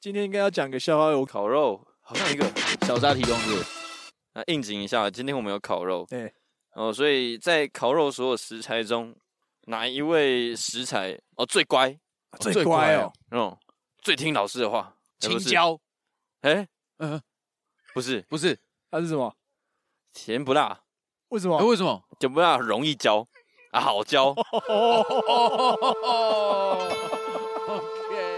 今天应该要讲个笑话，有烤肉好像一个，小沙提供是不是那应景一下，今天我们有烤肉，对，哦，所以在烤肉所有食材中，哪一位食材哦最乖，最乖哦，嗯，最听老师的话？哎青，椒，不是哎，嗯，不是不是，它是什么？甜不辣，为什哎么？为什么？甜不辣容易焦啊，好焦，哦 OK，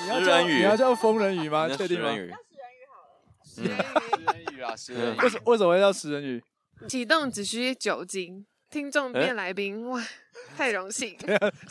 你要食叫人鱼你要叫疯人鱼吗？那确食定吗人？鱼，食人鱼啊，食人鱼为什为什么会叫食人鱼？启动只需酒精，听众哎变来宾，哇，太荣幸！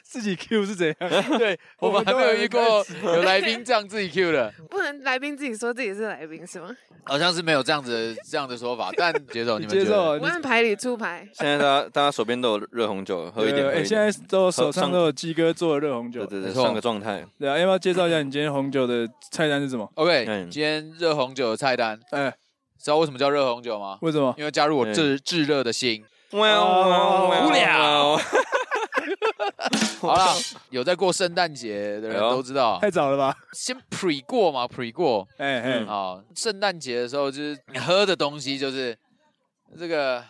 自己 Q 是怎样？对，我们还没有遇过有来宾这样自己 Q 的，不能来宾自己说自己是来宾是吗？好像是没有这样子的这样的说法，但接哦受你你接们觉得受？我呃你按牌理出牌，现在大家大家手边都有热红酒，喝一点，对喝哎，一现点，在都手上上都有鸡哥做的热红酒对。对对，没错上个状态，对啊，要不要介绍一下你今天红酒的菜单是什么？ ？OK，嗯今天热红酒的菜单，哎，知道为什么叫热红酒吗？为什么？因为加入我嗯炙炙热的心。哇哦哇哦无聊哇哦好了，有在过圣诞节的人哎呦都知道，太早了吧？先 pre 过嘛，pre 过。哎哎 嗯，好，哦圣诞节的时候就是 你喝的东西就是这个，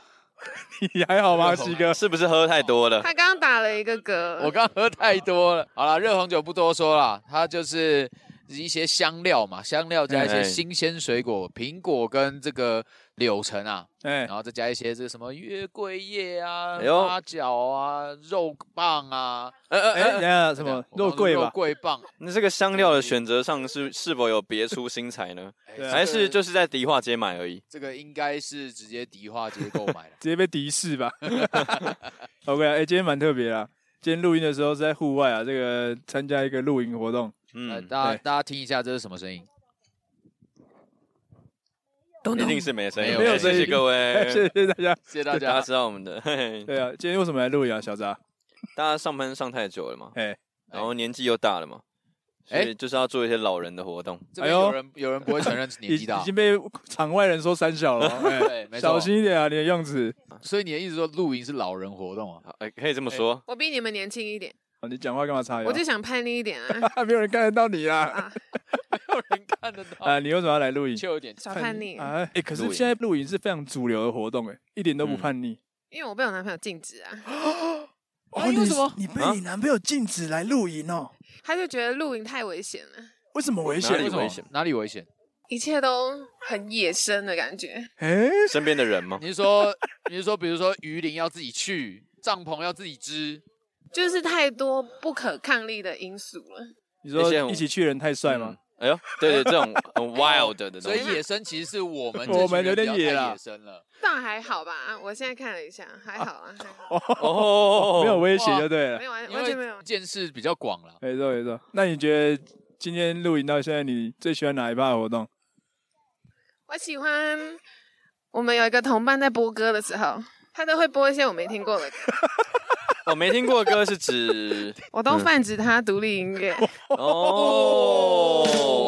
你还好吗，鸡哥？是不是喝太多 了？他刚刚打了一个嗝，我刚喝太多了。好了，热红酒不多说了，它就是一些香料嘛，香料加一些哎新鲜水果，苹果跟这个柳橙啊，哎然，后再加一些这个什么月桂叶啊、哎呦八角啊、肉棒啊，呃呃哎，呃等一下什么我刚肉说桂肉吧？桂棒，那这个香料的选择上是是否有别出心裁呢？哎对啊 还是就是是在迪化街买而已？这个应该是直接迪化街购 。买的直接被敌视吧。OK，哎、今天蛮特别啦。今天录音的时候是在户外啊，这个参加一个露营活动，呃，嗯，大对家大家听一下这是什么声音？一定是没声音，没有哎声谢音谢 各位，谢谢大家。谢谢大大家家。知道我 们的，嘿嘿对啊，今天为什么来露营啊，小扎？大家上班上太久了嘛，哎、然后年纪又大了嘛，所哎以就是要做一些老人的活动。这边哎呦有人有人不会承认是已年纪已大啊经，被场外人说三小 了、哦哎对，没错小。心一点啊，你的样子。所以你的意思说露营是老人活 动啊？好哎，可以这么说，我比你们年轻一点，哦、你讲话干嘛插我腰？就想叛逆一点啊 没有人看得到你啊！啊，没有人看得到，啊，你为什么要来露营？ 就有点耍叛逆，啊！哎、可是哦露营嗯现在露营是非常主流的活动、哎，一点都不叛逆。哦因为我被我男朋友禁止啊，啊你为什么你被啊你男朋友禁止来露营哦？他就觉得露营太危险了，为什么危哪里险？危险？哪里危险？一切都很野生的感觉，哎、身边的人嘛，你是说 你是说，比如说鱼鳞要自己去，帐篷要自己支，就是太多不可抗力的因素了。你那些说很一起去的人太帅吗？嗯？哎呦，对对，这种 很 wild 的东所以野西，生其实是我们我们有点野野啦野生了。倒还好吧，我现在看了一下，还好啊，还好，哦 没有威胁就对了没。有完因完全没有为。见识比较广了。没错没错。那你觉得今天露营到现在，你最喜欢哪一趴的活动？我喜欢我们有一个同伴在播歌的时候，他都会播一些我没听过的歌，嗯我哦没听过的歌 是指我都泛指他独立音乐。哦。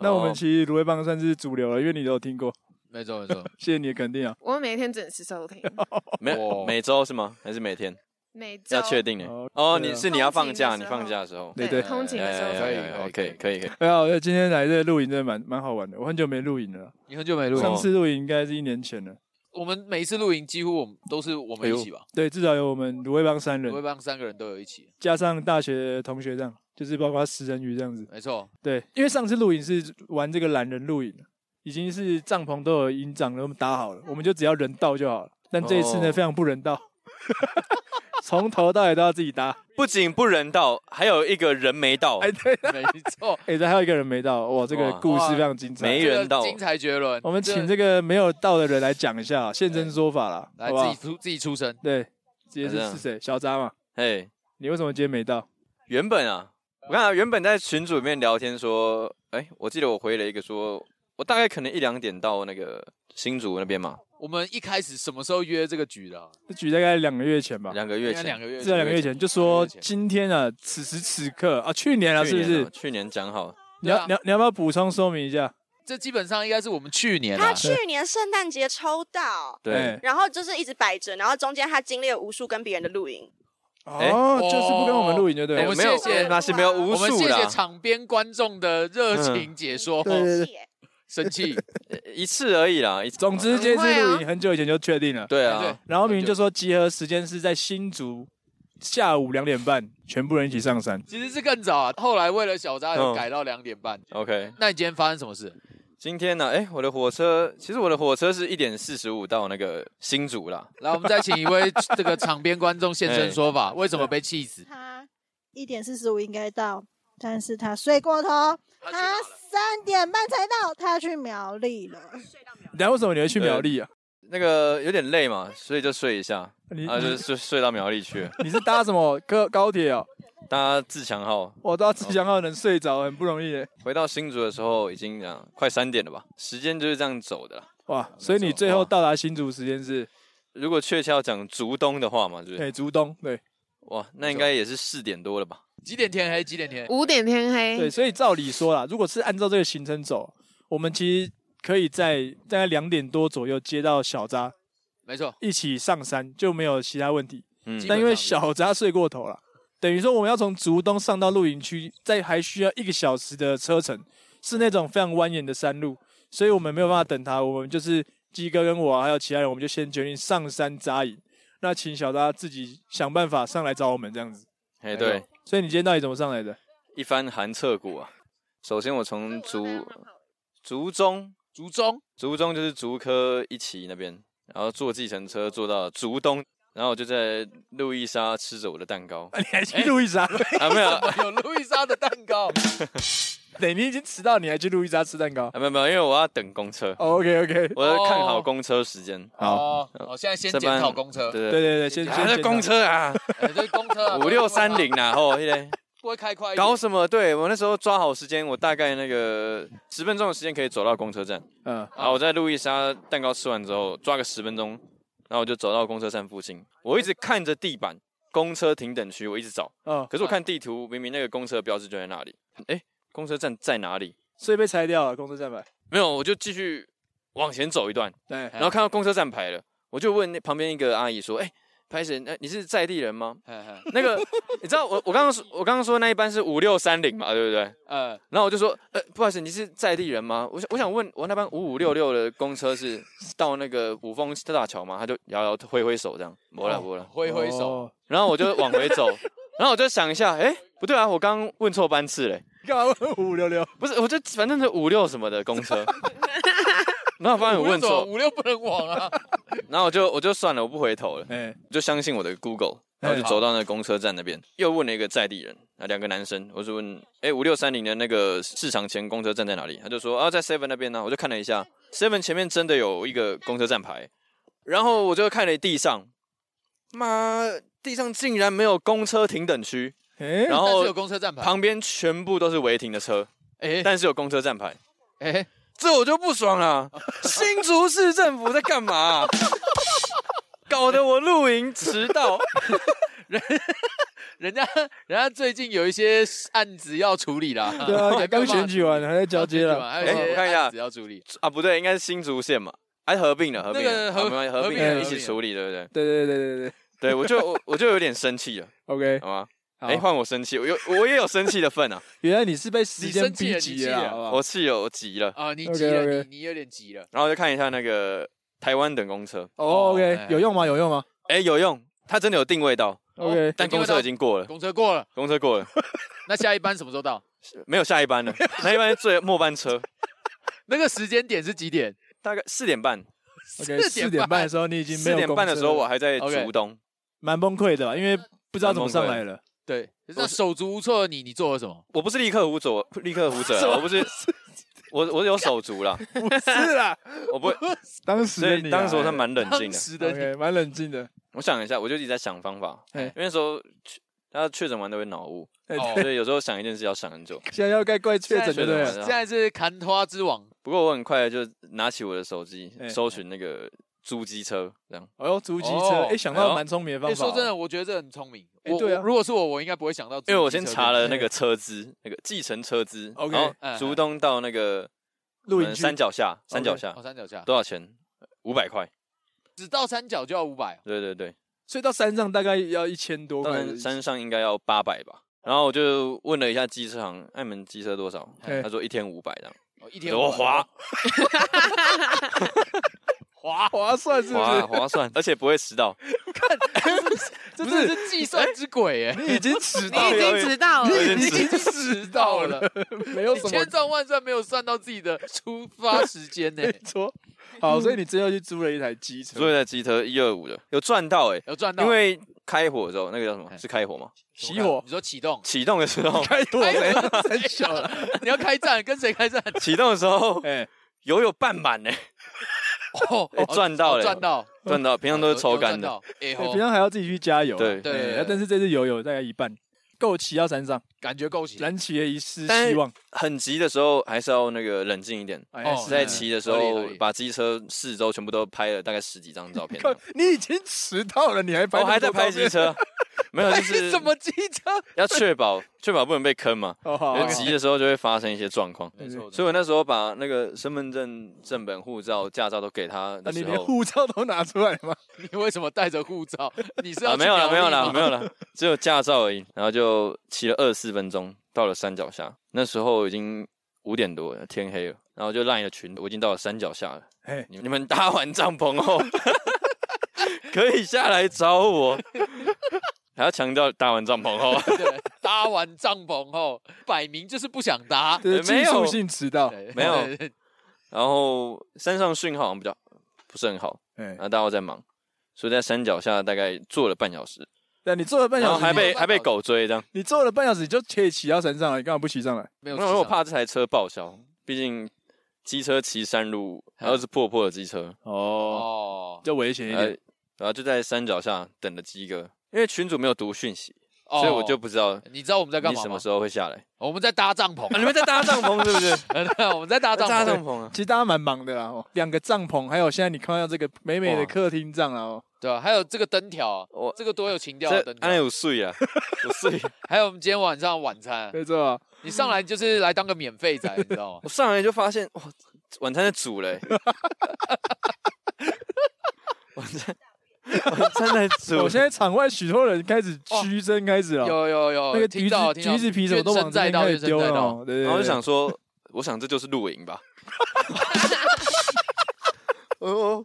那我们其实芦苇帮算是主流了，因为你都有听过。没错没 错，谢谢你的肯定啊！我每天准 时收听，每哦每周是吗？还是每天？每周要确定哎哦。哦，对啊你是你要放假，通你勤的时候放假的时候。对对对通勤的时候哎哎哎收哎听。可以可以可以可以。哎呀，我今天来这露营真的蛮蛮好玩的，我很久没露营了啦。你很久没露上营，次露营应该是一年前了。我们每一次露营几乎我们都是哎我们一起吧，对，至少有我们芦苇帮三我会人，帮三个人都有一起。加上大学同学这样，就是包括食人鱼这样子。没错，对，因为上次露营是玩这个懒人露营，已经是帐篷都有营长都搭好了，我们就只要人到就好了。但这一次呢，哦非常不人道， 从头到尾都要自己搭。不仅不人道，还有一个人 没到哎，。对，没错，哎，这还有一个人没到，哇，这个哇故事非常精彩。没人到这个精彩绝伦。我们请这这个没有到的人来讲一下现身说法啦，来好不好自己？出自己出声。对，直接这是样是谁？小扎嘛？哎，你为什么今天没到？原本啊，我看啊，原本在群组里面聊天说，哎，我记得我回了一个说，我大概可能一两点到那个新竹那边嘛，我们一开始什么时候约这个局的啊？这局大概两个月前吧，两个月应该前，两个月，啊至少两个月前就说两个月前今天啊，此时此刻啊，去年啊，去是不年啊是？去年讲好，你要、对啊你要你要不要补充说明一下？这基本上应该是我们去年他啊，去年圣诞节抽到，哎哎对，然后就是一直摆着，然后中间他经历了无数跟别人的露营，哎哦，就是不跟我们录影就对我了们没有哎谢谢那是没有无我们数谢啦嗯谢，场边观众的热情解 说，对对对气耶生气，一次而已啦，一次总之，这次录影很久以前就确定了。对对啊，然后明明就说集合时间是在新竹下午两点半，全部人一起上山。其实是更早啊。后来为了小扎有嗯改到两点半。 OK，那你今天发生什么事？今天呢、哎、我的火车，其实我的火车是一点四十五到那个新竹啦。来，我们再请一位 这个场边观众现身哎说法，为什么被气死？他一点四十五应该到，但是他睡过头，他三点半才到，他去苗栗了。然后为什么你会去苗栗啊？那个有点累嘛，所以就睡一下，你啊，就睡睡到苗栗去了。你是搭什么高高铁哦？大家自强号我搭自强号能睡着，很不容易耶。回到新竹的时候，已经啊快三点了吧，时间就是这样走的啦。哇！所以你最后到达新竹时间是如果确切要讲竹东的话嘛，就是、哎竹东对哇，那应该也是四点多了吧？几点天黑？几点天黑？五点天对，黑，所以照理说啦，如果是按照这个行程走，我们其实可以在大概两点多左右接到小扎，没错，一起上山就没有其他问题。嗯，基本但因为上小扎睡过头了，等于说我们要从竹东上到露营区，再还需要一个小时的车程，是那种非常蜿蜒的山路，所以我们没有办法等他，我们就是鸡哥跟我、啊、还有其他人，我们就先决定上山扎营，那请小扎自己想办法上来找我们这样子。哎对，所以你今天到底怎么上来的？一番寒彻骨啊。首先我从竹竹中，竹中竹中就是竹科一期那边，然后坐计程车坐到竹东，然后我就在路易莎吃着我的蛋糕 你还去路易莎？啊，没有啊，有路易莎的蛋 糕，对，你已经迟到，你还去路易莎吃蛋糕、没有没有，因为我要等公车， OK OK，我要看好公车时间。好，哦，现在先这班检讨公车，对对对对，先对，先还是先公车啊，哎对公车啊五六三零啦，吼，一嘞。不会开快一点，搞什么？对我那时候抓好时间，我大概那个十分钟的时间可以走到公车站。嗯，啊，我在路易莎蛋糕吃完之后，抓个十分钟，然后我就走到公车站附近。我一直看着地板，公车停等区，我一直找。哦，可是我看地图，明明那个公车的标志就在那里。哎、公车站在哪里？所以被拆掉了公车站牌。没有，我就继续往前走一段，对，然后看到公车站牌了，我就问那旁边一个阿姨说：“哎、拍谁？哎、你是在地人吗？”嘿嘿那个，你知道我我刚刚说，我刚刚说那一班是五六三零嘛，对不对？呃，然后我就说，呃，不好意思，你是在地人吗？我想我想问，我那班五五六六的公车是到那个五峰大桥吗？他就摇摇挥挥手这样，没哦了没了。挥挥手，哦，然后我就往回走，然后我就想一下，哎，不对啊，我刚刚问错班次嘞，你干嘛问五六六？不是，我就反正是五六什么的公车。 然后我发现我问错，五六不能往 啊，然后我就我就算了，我不回头了，哎，我就相信我的 Google，然后就走到那个公车站那边，又问了一个在地人，啊，两个男生，我就问，哎、5五六三零的那个市场前公车站在哪里？他就说，啊，在 Seven 那边呢、我就看了一下，Seven 前面真的有一个公车站牌，然后我就看了地上，妈，地上竟然没有公车停等区，哎，然但是后有公车站牌，旁边全部都是违停的车，哎但是有公车站牌，哎，这我就不爽 了。新竹市政府在干嘛啊、 搞得我露营迟到。人家人家最近有一些案子要处理啦，对 啊，才刚选举完，还在交接了。哦还有一哎些我看一下案子要处理，啊，不对，应该是新竹县嘛，还合并了，合并那了，个合好没关系合并合并了了一起处理，对不 对？对对对对对对对，我就我我就有点生气了， ，OK。好吗？好哎，换我生气，我有我也有生气的份啊，原来你是被时间你逼生气急了了你气了啊， 好不好我气了，我急了，啊，你 OK，急了， OK 你你有点急了，然后就看一下那个台湾等公车，哦哎，OK，有用吗？有用吗哎，有用，它真的有定位到， ？OK，但公车已经过了，公车过了，公车过了，那下一班什么时候到？ 没有下 一班了，那一班是最末班车，那个时间点是几点？大概四点半， ，OK，四点半的时候你已经没四有点公半车的时候我了还在 OK 竹东，蛮崩溃的吧，因为不知道怎么上来了。对，那手足无措的你，你做了什么？我不是立刻胡走，立 刻胡者啊，我不是， 我我有手足啦，不是啦，我不，当时所的以你啊，哎当时我算蛮冷静当的。时的你 OK，蛮冷静的。我想一下，我就一直在想方法，因嘿为那时候确他确诊完都会脑雾，哎哦所以有时候想一件事要想很久。现在要该怪 确诊确就诊对完了。了现在是砍花之王，不过我很快就拿起我的手机哎搜寻那个租机车，这样哎呦，足机哦车，哎，想哎到呦蛮聪明的哎、方法。哦说真的，，我觉得这很聪明。哎我、对啊我如果是我，我应该不会想到，因为我先查了那个车资，那个计程车资 OK 哎然嗯后竹东到那个露嗯营区山脚下，山脚下哦，山脚下，多少钱？五百块。只到山脚就要五百，对对对，所以到山上大概要一千多当块然山上应该要八百吧。然后我就问了一下机车行，哎，你们机车多少？嘿他说一天五百这样。哦一我天说500划划啊划算是不划是？划算，而且不会迟到。这真的是计算之鬼哎，你已经迟你到已了，经知道了我，有点你已迟经迟到了，没有你什么千算万算没有算到自己的出发时间呢，错。 好，所以你最后去租了一台机车，所以在机车一二五的有赚到哎、有赚到，因为开火的时候，那个叫什么？哎是开火吗？熄火你说启动，启动的时候， 开多哎谁呦太小哎了？你要开战，跟谁开战？启动的时候哎，油有半满呢、哎 哦哎赚到了赚到，赚到，平常都是抽干有的。有赚到，哎对吼平，常还要自己去加油啊，对对哎对对但是这次油有大概一半，够骑到山上，感觉够行，燃起了一丝但是希望。很急的时候还是要那个冷静一点。哎哦是在骑的时候合理合理，把机车四周全部都拍了大概十几张 照片。靠你已经迟到了，你还拍我那么哦还在多照拍片？机车， 没有，就哎是什么机车？要确保确保不能被坑嘛。哦，好好因为好急的时候就会发生一些状况。没错，所以我那时候把那个身份证、正本、护照、驾照都给他那的你啊时连候，护照都拿出来了吗？你为什么带着护照？ 你是要啊，去没有了，没有苗栗了，吗没有了，只有驾照而已。然后就骑了二十四分钟，到了山脚下。那时候已经五点多了，天黑了。然后就烂一个群，我已经到了山脚下了。哎，你你们搭完帐篷后， 可以下来找我。还要强调搭完帐篷后， 对，搭完帐篷后，摆明就是不想搭。对，哎没技有术性迟到，对没有然后山上讯号好像比较不是很好，哎然，后大家都在忙，所以在山脚下大概坐了半小时，但你坐了半然小后时，还被你还被狗追这样。你坐了半小时，你就可以骑到山上了，你干嘛不骑上来？没有因市为场，我怕这台车报销，毕竟机车骑山路，然后是破破的机车，哦，哦比较危险一呃点。然后就在山脚下等了鸡哥，因为群主没有读讯息，哦所以我就不知道你知道我们在干你嘛什吗么？时候会下来。我们在搭帐啊篷， 啊你们 在搭帐篷是不是？我们在搭帐搭篷，帐篷啊！其实大家蛮忙的啦，哦两个帐篷，还有现在你看到这个美美的哇客厅帐啊，哦，对吧？还有这个灯条，我这个多有情调的这灯安条。有睡啊，有睡。还有我们今天晚上的晚餐，没错，啊你上来就是来当个免费仔，你知道吗？我上来就发现哇，晚餐在煮嘞、晚餐晚餐在煮我，哦现在场外许多人开始虚增开始了，有有有，那个橘听子到听到橘子皮什么都怨往声这载边道，开怨始声丢载了道。哦，对对对，然后就想说，我想这就是露营吧。哦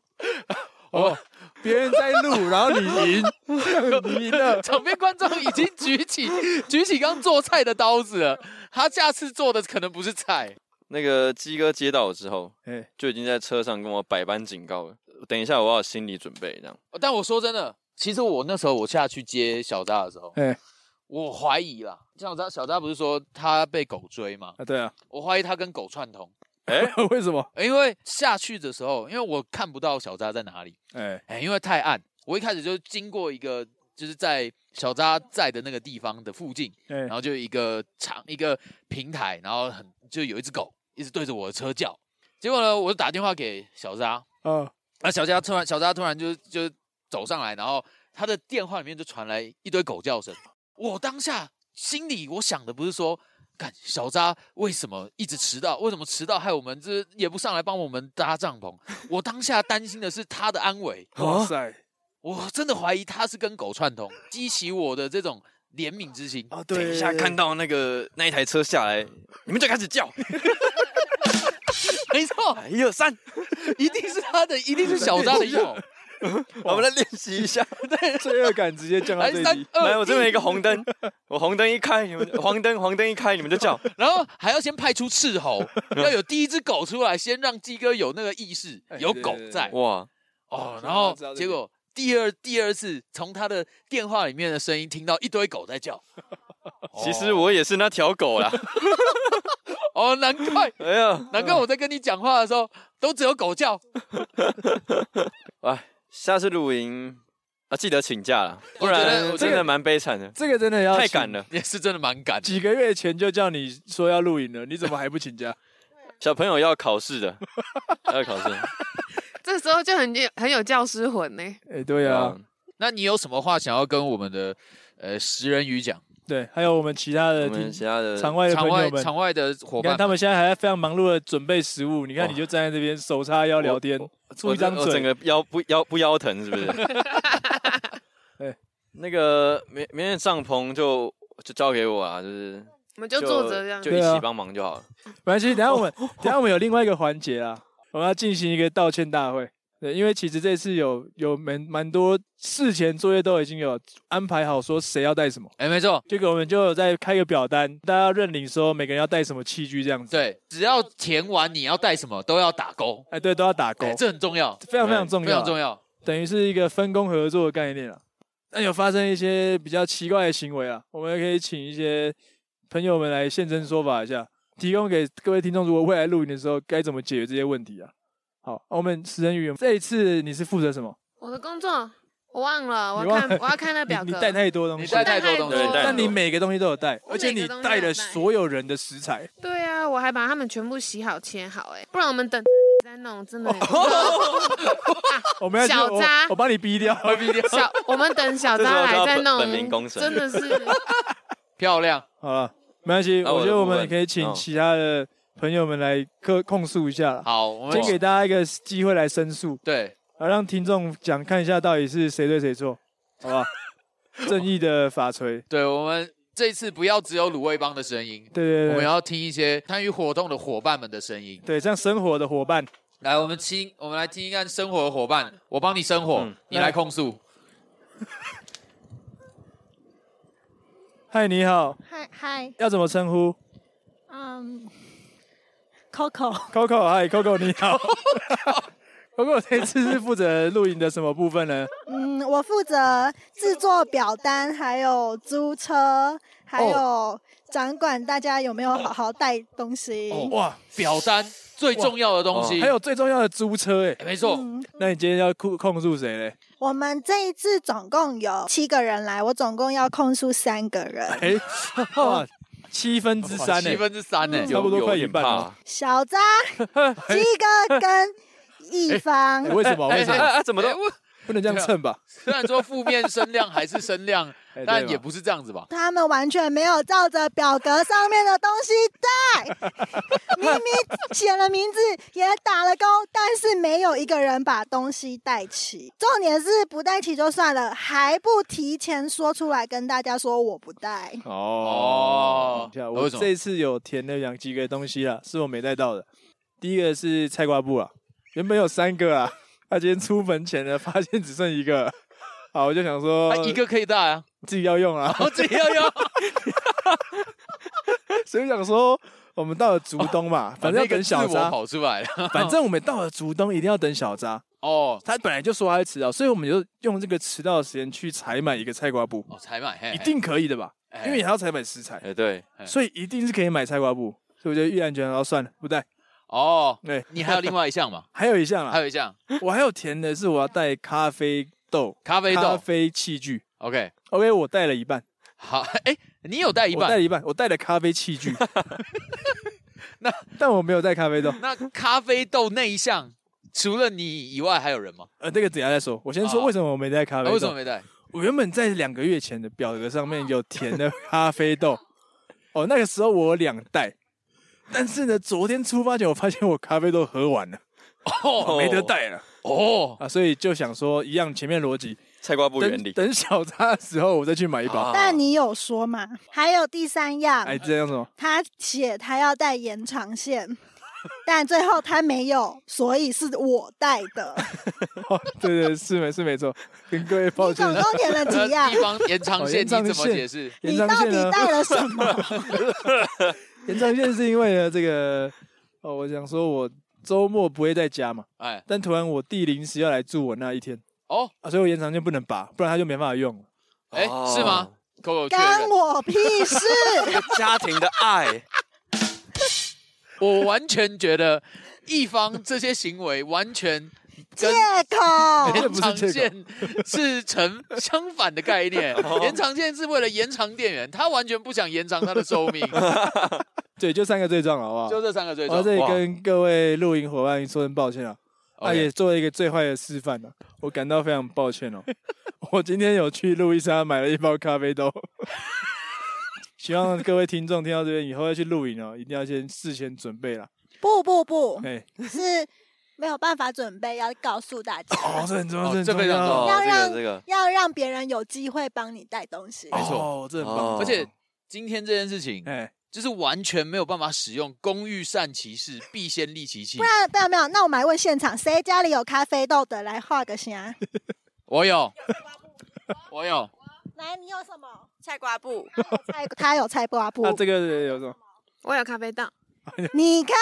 哦，别人在录，然后你赢， 你赢了，场边观众已经举起 举起刚做菜的刀子了，他下次做的可能不是菜。那个鸡哥接到我之后， 哎，就已经在车上跟我百般警告了。等一下，我要有心理准备，这样。但我说真的，其实我那时候我下去接小扎的时候，哎我怀疑啦，小扎小扎不是说他被狗追吗？啊，对啊，我怀疑他跟狗串通，哎、 为什么？因为下去的时候，因为我看不到小扎在哪里，哎，哎，因为太暗，我一开始就经过一个就是在小扎在的那个地方的附近，哎然，啊后就有一个长一个平台，然后很就有一只狗一直对着我的车叫，结果呢，我就打电话给小扎，哦，那小扎突然小扎突然就就走上来，然后他的电话里面就传来一堆狗叫声。我当下心里我想的不是说，干小扎为什么一直迟到，为什么迟到害我们这也不上来帮我们搭帐篷，我当下担心的是他的安危。啊哇塞，我真的怀疑他是跟狗串通，激起我的这种怜悯之心。啊，对，等一下看到那个那一台车下来，你们就开始叫，没错，一二三，一定是他的，一定是小扎的诱饵。我们来练习一下。罪恶感直接降到来最哎三低，二来，我这边一个红灯，我红灯一开，你们黄灯黄灯一开，你们就叫。然后还要先派出斥候，要有第一只狗出来，先让鸡哥有那个意识哎，有对狗对对在哇，哦。对然我后知道这结个果第二第二次从他的电话里面的声音听到一堆狗在 叫，其实我也是那条狗啦。哦，难怪哎呀，难怪我在跟你讲话的时候都只有狗叫，哎，下次露营啊，记得请假啦，不我觉得然我真这的个蛮悲惨的，这个真的要太请赶了。也是真的蛮赶的。几个月前就叫你说要露营了，你怎么还不请假？小朋友要考试的，要考试。这时候就很有很有教师魂呢。 哎、对啊，嗯，那你有什么话想要跟我们的呃食人鱼讲？对，还有我们其他我的们其听他的场外的场朋外友们，场外的伙你伴看他们现在还在非常忙碌的准备食物，你看哇你就站在这边手叉腰聊天我我，出一张我我整嘴，？个腰不腰不腰疼是不是 对， 那个明明天帐篷就就交给我啊，就是我们就坐着这样就对一啊起帮忙就好了。没关系，等一下我们等一下我们有另外一个环节啊，我们要进行一个道歉大会。对，因为其实这次有有蛮蛮多事前作业都已经有安排好，说谁要带什么。哎，没错，这个我们就有在开个表单，大家要认领说每个人要带什么器具这样子。，对，只要填完你要带什么都要打勾，哎，对，都要打勾哎，，这很重要，非常非常重非要常啊，重要。等于是一个分工合作的概念了。那有发生一些比较奇怪的行为啊，我们也可以请一些朋友们来现身说法一下，提供给各位听众，如果未来录影的时候该怎么解决这些问题啊？好，我们食人鱼，这一次你是负责什么？我的工作我忘了，我你要忘看了我要看那表你格你。带太多东你西，带太太多多东东西西，对带但很多你每个东西都有带，我而且每你个东西都带有了带所有人的食材。对啊，我还把他们全部洗好切好，哎，不然我们等 再弄，真的我们要去小我渣我帮你 逼掉，小我们等小张这时候来就要再本弄本名公，审真的是漂亮，好了，没关系，那我我觉的得我部们分可以请嗯其他的朋友们来控控诉一下啦，好，我们先给大家一个机会来申诉，对啊，让听众讲看一下到底是谁对谁错，好不 好？正义的法锤，对，我们这次不要只有卤味帮的声音，对对我们对对，要听一些参与活动的伙伴们的声音。对这样生活的伙伴，来，我们听，我们来听一看生活的伙伴，我帮你生火，嗯你来控诉。嗨，你好，嗨嗨，要怎么称呼嗯，Coco， ？Coco，嗨，Coco，你 好。Coco 这次是负责露营的什么部分呢？嗯，我负责制作表单，还有租车，还有掌管大家有没有好好带东西。哇，哦表单最重要的东西，哦还有最重要的租车哎、哎，没错，嗯，那你今天要控控诉谁嘞？我们这一次总共有七个人来，我总共要控诉三个人。哎、 哇，七分之三哎、七分之三欸呢，差不多有快有一点半怕啊了。小张、鸡哥跟一方，哎为什么？为什哎么啊，怎么都 哎我不能这样蹭吧？虽然说负面声量还是声量，哎但对吧也不是这样子吧？他们完全没有照着表格上面的东西带， 明明写了名字也打了勾，但是没有一个人把东西带齐。重点是不带齐就算了，还不提前说出来跟大家说我不带。哦哦等一下为我什么这次有填了两几个东西啦，是我没带到的。第一个是菜瓜布啊，原本有三个啊，他今天出门前呢，发现只剩一个。好，我就想说他，一个可以带 啊，自己要用啊，我自己要 用，所以想说，我们到了竹东 嘛，反正要等小把那个自我扎，跑出来了。 反正我们到了竹东一定要等小扎。哦，他本来就说他会迟到，所以我们就用这个迟到的时间去采买一个菜瓜布，哦，才买，嘿一，定可以的吧？嘿因为也要采买食材，哎，对，哎所以一定是可以买菜瓜布。所以我就毅然决然，然后算了，不带。哦，对，你还有另外一项嘛？ 还有一项还啦，有一项我还有填的是我要带咖啡豆、咖啡咖豆啡器具。 ，OK， OK，我带了一半，好， 哎，你有带一我带半，了一半，我带了咖啡器具。 那 但我没有带咖啡豆，那咖啡豆那一项，除了你以外还有人吗？呃，这个等一下再说。我先说哦为什么我没带咖啊啡豆。为什么没带？我原本在两个月前的表格上面有填的咖啡 豆，哦，那个时候我有两袋，但是呢，昨天出发前我发现我咖啡豆喝完了，哦没得带了哦，啊，所以就想说一样前面逻辑，菜瓜布原等理。等小扎的时候我再去买一包。啊但你有说嘛？还有第三样，哎，这样什么？他写他要带延长线， 但最后他没有，所以是我带的。 哦对对，是没是没 错，跟各位抱你歉总。共填了那几样地？方延长哦线延你长怎么线解释？ 延你长到线呢底？带了什么？ 延长线是因为呢，这个哦，我想说我周末不会在家嘛，哎，但突然我弟临时要来住我那一天哦，啊，所以我延长线不能拔，不然他就没办法用了。哎，哦是吗？？Coco 确干认，我屁事！ 家庭的 爱，我完全觉得一方这些行为完全 借跟口。 这延不是长借口线 是成相反的概 念。哦延长线是为了延长电源，他完全不想延长他的寿 命。对，就三个罪状了，好不好？就这三个最我在重哦这里哇跟各位露营伙伴说声抱歉啊，啊 OK 也做了一个最坏的示范了、我感到非 常抱歉哦。我今天有去路易莎买了一包咖啡豆， 希望各位听众听到这边以后要去露营哦，一定要先事先准备啦。不不哦不，哎，是没有办法准备，要告诉大家，哦，这很重要，哦很这非常重要要哦，这让个这个，要让别人有机会帮你带东西。没错哦，这很棒。哦而且今天这件事情哎，就是完全没有办法使用“工欲善其事，必先利其器不然不然没有，那我们来问现场，谁家里有咖啡豆的，来画 个虾。”。我有，我有，来，你有什么？菜瓜布，他有菜，他有菜 瓜布那。这个有什么？我有咖啡豆，你 看，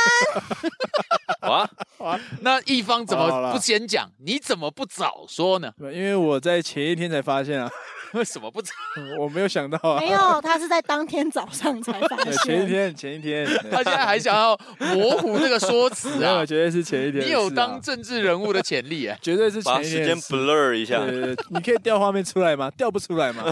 哇，那一方怎好么啦不先讲？你怎么不早说呢？因为我在前一天才发现啊， 为什么不早？我没有想到啊没。有，他是在当天早上才发对前一现。天，前一天，他现在还想要模糊这个说 辞没啊有，！绝对是前一天的事啊。、你有当政治人物的潜力哎绝对是把前一时天间的事 blur 一下对，对对，你可以调画面出来吗？调不出来吗？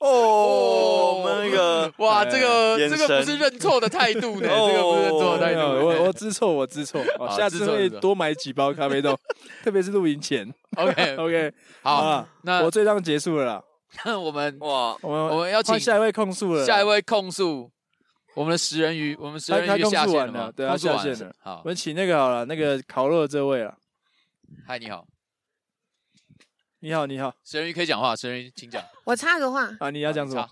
哦，我们那个哇，哎哦这个眼这个不神是认错的态 度呢，这个不是认错的没态度有呢。我我知错，我知错，哦 好下知次错会知错多买几包咖啡豆， 特别是露营 前。 OK OK，好好，了，呃那我这张结束了啦，那 我们哇，我们我们要换请下一位控诉了，下一，位控诉我们的食人鱼，我们食他人鱼他下控诉线完吗了？对他控诉完下线了。好我，们请那个好了，那个烤肉的这位啊，嗨，你好，你好，你好食人鱼可以讲话，食人鱼请讲。我插个话，啊，你 要讲什么？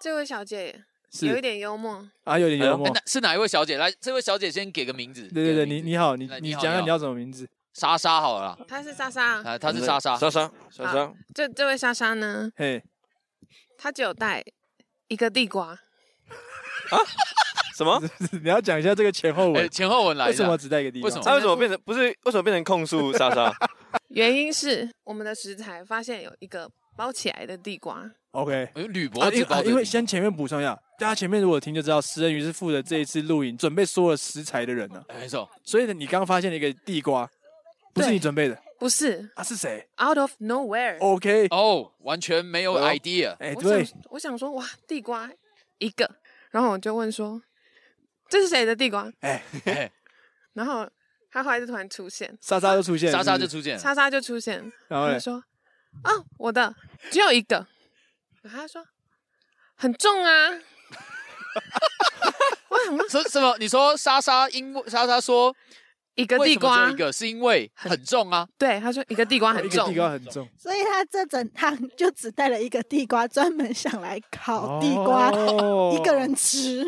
这位小姐有一是点幽默，啊，有点幽哎默。那是哪一位小姐？来，这位小姐先给个名字。对对给个对，名你字你好，你来你你好讲一下你你要什么名字？莎莎好了啦，她是莎莎。啊，她是莎莎。莎莎，莎莎好，这这位莎莎呢，嘿，她只有带一个地瓜，什么？你要讲一下这个前后啊哎，文，前后文来为一下什么只带一个地方？为什么他为什么变成不是？为什么变成控诉莎莎？原因是我们的食材发现有一个包起来的地瓜， ？OK，哎铝箔啊，因纸为啊包着因为你先前面补充一下，大家前面如果听就知道，食人鱼是负责这一次露营准备所有食材的人啊呢、哎没错，所以呢，你刚发现了一个地瓜，不是对你准备的不是啊？是谁 out of nowhere。 ？OK，哦，完全没有哦 idea，哎、我想对，我想说哇，地瓜一个，然后我就问说这是谁的地瓜？哎、哎然后他后来就突然出现，莎莎就出现了，莎莎就是出现了。莎莎就出现，不是然后他嘞就，说啊、我的只有一个，然后他说很重啊，我想说什什么？你说莎莎因为莎莎说一个为地什么只瓜有一，个，是因为很重啊。对，他说一个地瓜哦哎一很个重地，瓜很重，所以他这整趟就只带了一个地瓜，专门想来烤地瓜，哦一个人吃。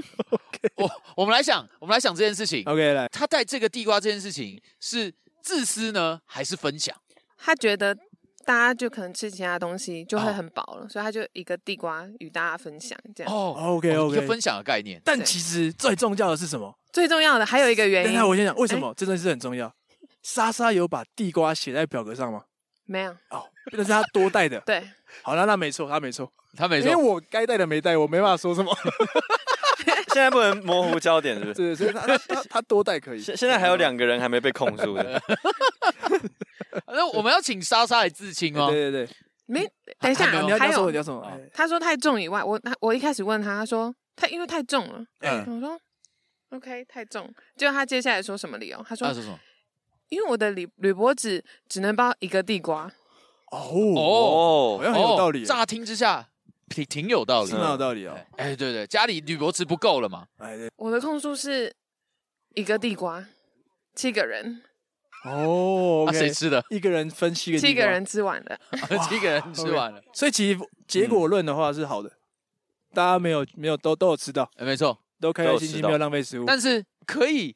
我我们来想，我们来想这件事情， OK 来，他带这个地瓜这件事情是自私呢，还是分享？他觉得。大家就可能吃其他东西就会哦很饱了，所以他就一个地瓜与大家分享这样。哦 OK 一个 OK，分享的概念。但对哎其实最重要的是什么？最重要的还有一个原等一因下，我先讲为什么、这件事很重要。莎莎有把地瓜写在表格上吗？没有，哦，那是她多带的。对，好了，那没错，她没错。他没因为错，我该带的没带，我没办法说什么。现在不能模糊焦点，是 不是？对，所以他他他他多带可以。现现在还有两个人还没被控诉的，那我们要请莎莎来自清哦啊对吗？对对，没，等一下，还没有你要还讲什么？有你，要什么？哦哎他说太重以外，我他我一开始问他，他说太因为太重了，嗯我说 OK 太重，结果他接下来说什么理由？他说他说什么？因为我的铝铝箔纸只能包一个地瓜，哦，哦好哦，像很有道理，哦乍听之下挺挺有道理是蛮有的。道理哦。哎，对对，家里铝箔纸不够了嘛？哎，对我的控诉是一个地瓜，七个人哦那啊谁，OK，吃的？一个人分七个，七个，人吃完了， 七个人吃完了。所以其实结果论的话是好的，大家没有没有都都有吃到，哎，没错，都开开心都有吃心，到没有浪费食物。但是可以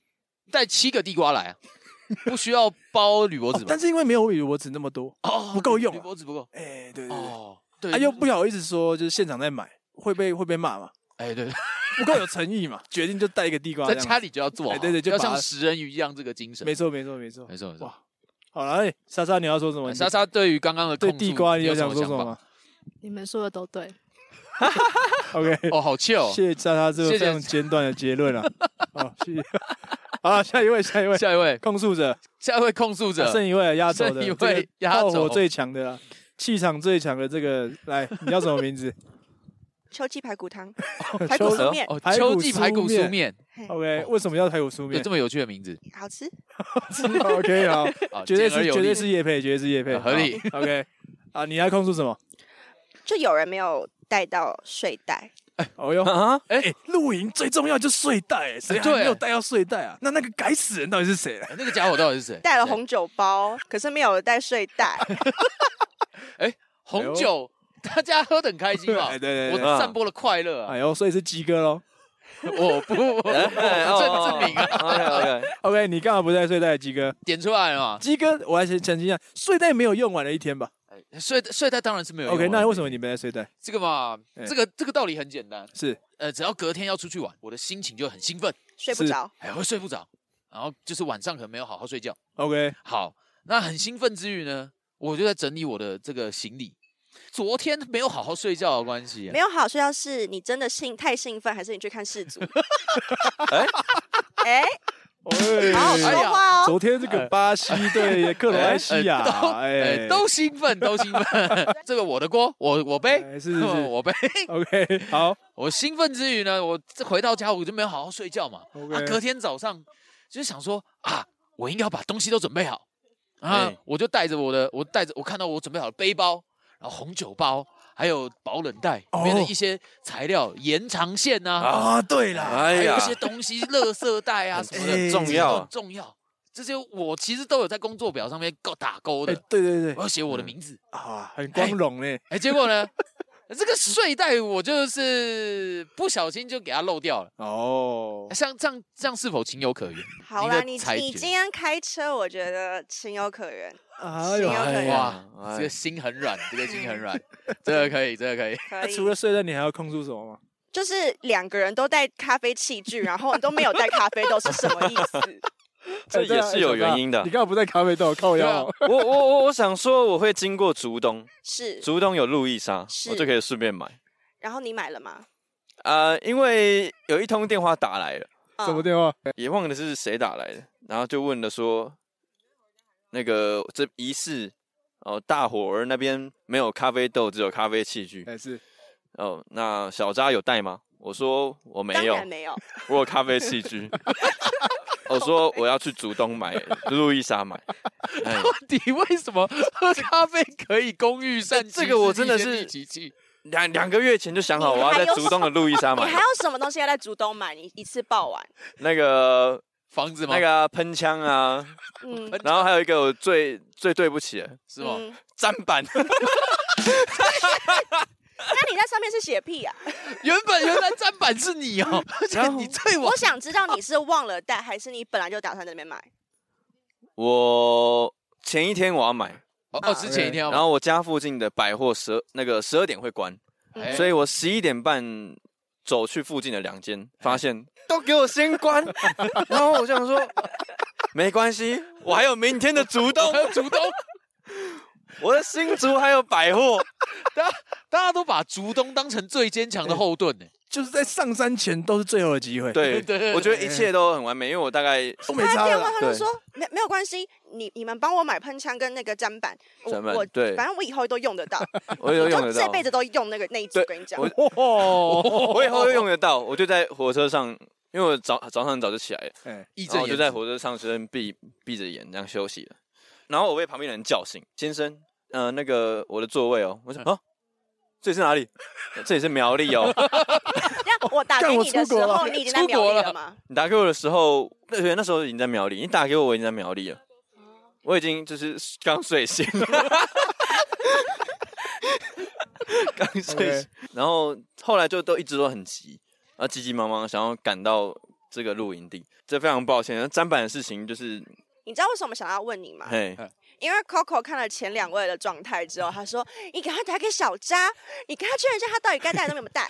带七个地瓜来啊， 不需要包铝箔哦纸吧但？是因为没有铝箔纸那么多，哦不够铝用啊铝箔纸不够。哎，对对对，哦，对，他又不好意思说就是现场在买会被会被骂嘛，哎，对，不够有诚意嘛， 决定就带一个地瓜在这样家里就要做好，哎对对就要把它像食人鱼一样这个精神。没错没错没错没。错没错哇。好了，哎，莎莎你要说什么？哎莎莎对于刚刚的对控地诉瓜你你有想么说什想么法吗？你们说的都对， OK，哦，好糗哦。谢谢莎莎这个谢谢非常简短的结论了。好，谢 谢。好，下一位，下一位，下一位，控诉者，下一位控 诉者啊剩一位压轴的，啊剩一位这个压轴炮火最强的啦，气场最强的这个，来，你叫什么名 字秋季排骨汤，排骨什酥么面哦，排骨秋季排骨酥酥面嘿？OK，哦为什么要排骨酥有面这么有趣的名字好吃。 ？OK，好，啊，绝对简而是有绝对力是叶配，绝对是叶配，啊合理 好。OK，啊，你要控诉什么？就有人没有带到睡袋，哦哟，啊，哎、露营最重要就是睡袋、欸，谁还哎对没有带到睡袋啊？那那个该死人到底是谁啊？哎那个家伙到底是 谁？带了谁红酒包，可是没有带睡 袋。哎呦红酒，大家喝得很开心嘛哎。哎对对我对，散播了快乐啊哎！呦，所以是鸡哥喽。我不，我不哎哦证证明啊， OK OK， OK，你干嘛不带睡袋，鸡哥？点出来了嘛。鸡哥，我来澄澄清一下，睡袋没有用完的一天吧睡睡袋当然是没有用啊。 ？OK，那为什么你没带睡袋？这个嘛哎？这个这个道理很简单，是呃，只要隔天要出去玩，我的心情就很兴奋，睡不是着，哎，会睡不着，然后就是晚上可能没有好好睡觉。 OK，好，那很兴奋之余呢，我就在整理我的这个行李。昨天没有好好睡觉的关系啊、没有好睡觉是你真的兴太兴奋，还是你去看 世足？哎哎，好好哎呀说话哦。昨天这个巴西对克 罗埃西亚，哎、哎，都兴奋，都兴奋。 这个我的锅，我我背，哎是是是 我背。哎 OK，好啊我兴奋之余呢，我这回到家我就没有好好睡觉嘛。啊，隔，OK，天早上就是想说啊，我应该要把东西都准备好啊，哎我就带着我的，我带着我看到我准备好的背包，然后红酒包，还有保冷袋里面的哦一些材料，延长线呐、啊，啊，对啦，哎还有呀一，些东西，垃圾袋啊什么哎的，重这些都要很重要。这些我其实都有在工作表上面勾打勾哎的，，对对我对，要写我的嗯名字。啊，很光荣嘞，哎，结果呢，呃这个睡袋我就是不小心就给它漏掉了。哦，像这样这样是否情有可原？好一啦，个你裁你决今天开车，我觉得情有可原，哎情有可原哇哎呀，这个心很软，这个心 很软，这个可以，这个可以。可哎那以。除了睡袋，你还要控诉什么吗？就是两个人都带咖啡器具，然后你都没有带咖啡豆，是什么意思？这哎对啊也是有原因哎的小大你干嘛不带咖啡豆？靠腰哦，我我我我想说，我会经过竹东，是，竹东有路易莎，是我就可以顺便买。然后你买了吗？啊，因为有一通电话打来了，嗯 什么电话？也忘了是谁打来的，然后就问了说，那个这疑似哦大伙儿那边没有咖啡豆，只有咖啡器具。哎，是哦，那小扎有带吗？我说我没当有，然没有，我有咖啡器具。 我说我要去竹东买路易莎买，哎，你为什么喝咖啡可以公欲善其事哎这个我真的是利先利其器两两个月前就想好我要在竹东的路易莎你买还有什么东西要在竹东买？你一次报完，那个房子吗？那个啊喷枪啊，嗯，然后还有一个我最最对不起的是吗？嗯砧板，那你在上面是写屁啊？原本原来砧板是你哦，嗯而且你最晚我想知道你是忘了带，还是你本来就打算在那边买？我前一天我要买，哦哦，之前一定要然后我家附近的百货十那个十二点会关，哎所以我十一点半走去附近的两间，发现哎都给我先 关，然后我想说没关系，我还有明天的竹东还，有竹东， 我的新竹还有百货，大家都把竹东当成最坚强的后盾呢。就是在上山前都是最后的机会，，对对对我觉得一切都很完美，因为我大概都没他差电了话啦。他就说没没有关系，你你们帮我买喷枪跟那个砧板，我砧板我对反正我以后都用得到，我有你用就得这到，辈子都用那个那一组，对我跟你讲我， 哦，我以后都用得到，我就在火车上，因为我早早上很早就起来了，哎， 义然后正哦我言就辞在火车上先闭闭着眼这样休息了，然后我被旁边的人叫醒，先生，呃，那个我的座位哦，我想啊，这里是哪里？ 这里是苗栗哦。这样我打给干我你的出国时了候，你已经在出苗国栗了了吗？你打给我的时候，那对那时候已经在苗栗，你打给我我已经在苗栗了，我已经就是刚睡醒，刚 OK 睡醒， 然后后来就都一直都很急，然后急急忙忙想要赶到这个露营地，这非常抱歉。那砧板的事情就是，你知道为什么想要问你吗？嘿，因为 Coco 看了前两位的状态之后，他说：“你赶快打给小扎，你跟他确认一下他到底该带的都没有带。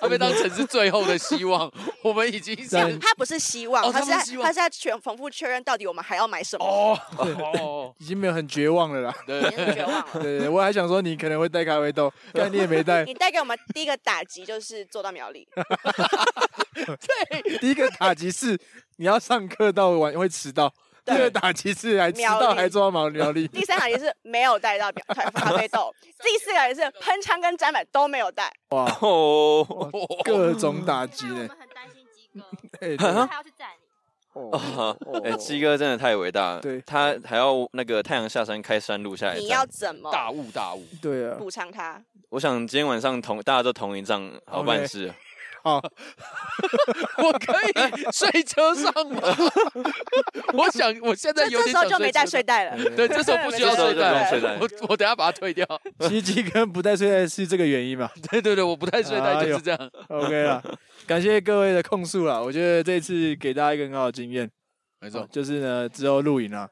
他被当成是最后的希 望，我们已经是在他不是希望，哦他他是不是在希他望是在全重复确认到底我们还要买什么。哦哦，已经没有很绝望了啦。对你已，经绝望了。对，对对我还想说你可能会带咖啡豆，但你也没带。你带给我们第一个打击就是坐到苗栗，第一个打击是你要上课到晚会迟到，第对二个打击是还迟到苗栗。还抓毛苗栗第三打击是没有带到表咖啡豆，第四打击是喷枪跟砧板都没有带。哇，哦，各种打击我呢们。很担心鸡哥，哎因对为他要去载你。哦哎，鸡哥真的太伟大了，对他还要那个太阳下山开山路下来站，你要怎么大雾大雾，对啊，补偿他？我想今天晚上同大家都同一张好办事啊了好，我可以睡车上 吗？我想我现在这有这点时想候就没带睡车袋了。上。对，这时候不需要这时候睡就袋不用睡袋了，我 我等下把它退掉。鸡鸡跟不带睡袋是这个原因嘛 对对对，我不带睡哎袋呦就是这样， ？OK 啦，感谢各位的控诉啦，我觉得这次给大家一个很好的经验。哦没哎错。就是呢，之后录影啊，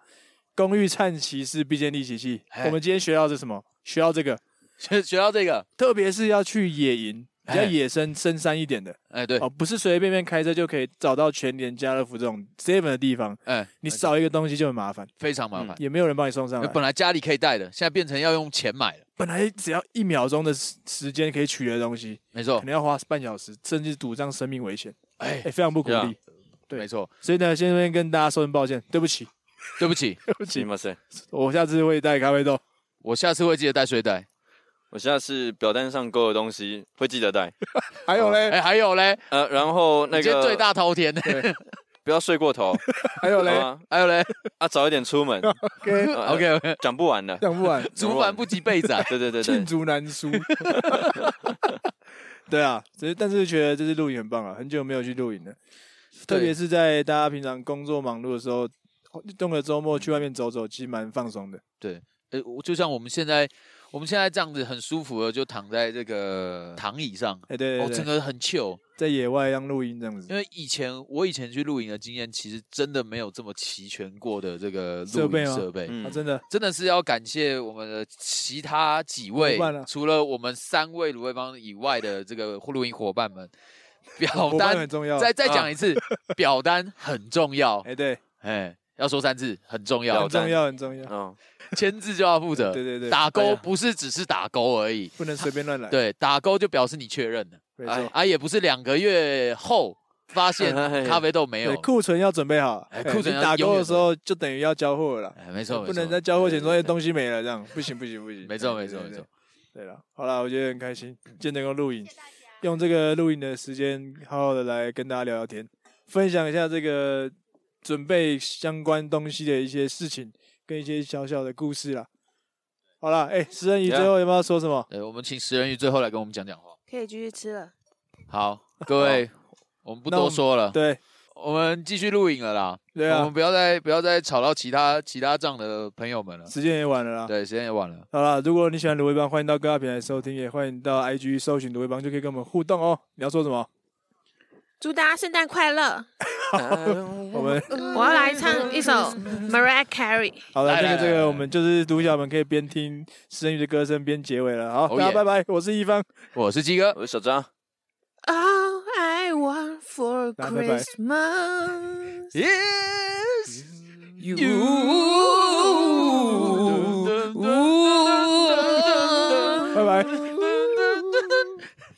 公寓灿骑士必见利奇器。嘿我们今天学到是什么？学到这个，学学到这个，特别是要去野营，比较嘿野生、深山一点的哎对， 哦，不是随随便便开车就可以找到全联、家乐福这种 seven 的地方。哎，你没错少一个东西就很麻烦，非常麻嗯烦。也没有人帮你送嗯上来。本来家里可以带的，现在变成要用钱买了。本来只要一秒钟的时时间可以取得的东西，没可哦错，能要花半小时，甚至赌上生命危险，哎哎，，非常不鼓对啊励。对没错，所以呢，先这边跟大家说声抱歉，对不起，对不起，对不行起，吗？塞，我下次会带咖啡豆。我下次会记得带睡袋。我下次表单上勾的东西会记得带。还有啊嘞，哎，还有嘞，呃，然后你那今天个最大头天，不要睡过头，还有好嘞吗？ 还有嘞哦啊，早一点出门 ，OK，哎呃，OK OK，讲不 完了。。讲不完。竹板不及被宰对对对对罄，竹难书。对啊，只是但是觉得这次露营很棒啊，很久没有去露营了，特别是在大家平常工作忙碌的时候，弄个周末去外面走走，其实蛮放松的。 呃，我就像我们现在，我们现在这样子很舒服的，就躺在这个躺椅上，哎、对哦，对整对，个很 chill。在野外当露营这样子因，为以前我以前去露营的经验，其实真的没有这么齐全过的这个设露备营吗设备。啊，嗯，真的真的是要感谢我们的其他几位伙伴啊，除了我们三位卤味帮以外的这个露营伙伴们，表伙伴很单重要。再再啊讲 一次，表单很重要哎、，对，哎，要说三次，很重表要很，单重要，很重嗯要，哦， 签字就要负责，对对对打哎勾呀不是只是打勾而已，不能随便乱来。，对，打勾就表示你确认了，没哎错，啊，也不是两个月后 发现哎咖啡豆没对，有，库存要准备好。哎哎库存你要打勾永的远时候就等于要交货了啦。哎，没错，不没能错在交货前说对哎对对东西没了，这样不行不行不行。 没错对没错对没错对了，好了，我觉得很开心，就能够录影，用这个录影的时间，好好的来跟大家聊聊天，分享一下这个准备相关东西的一些事情，跟一些小小的故事啦。好了，哎，石人鱼 Yeah 最后有没有要说什么？对，我们请食人鱼最后来跟我们讲讲话。可以继续吃了。好，各位，我们不那我多们说了，对我们继续录影了啦。对我啊们，不要再不要再吵到其他其他仗的朋友们了。时间也晚了啦。对，时间也晚了。好啦，如果你喜欢芦苇帮，欢迎到各大平台收听，也欢迎到 IG 搜寻芦苇帮，就可以跟我们互动哦。你要说什么？祝大家圣诞快乐！嗯我们我要来唱一首 Mariah Carey，好了，来这个来这来来个，我们就是读小们可以边听石人鱼的歌声边结尾了。好， Oh 大家 yeah 拜拜，我是一方。我是鸡哥，我是小张。 All I want for 来拜拜 Christmas Yes you。 拜拜。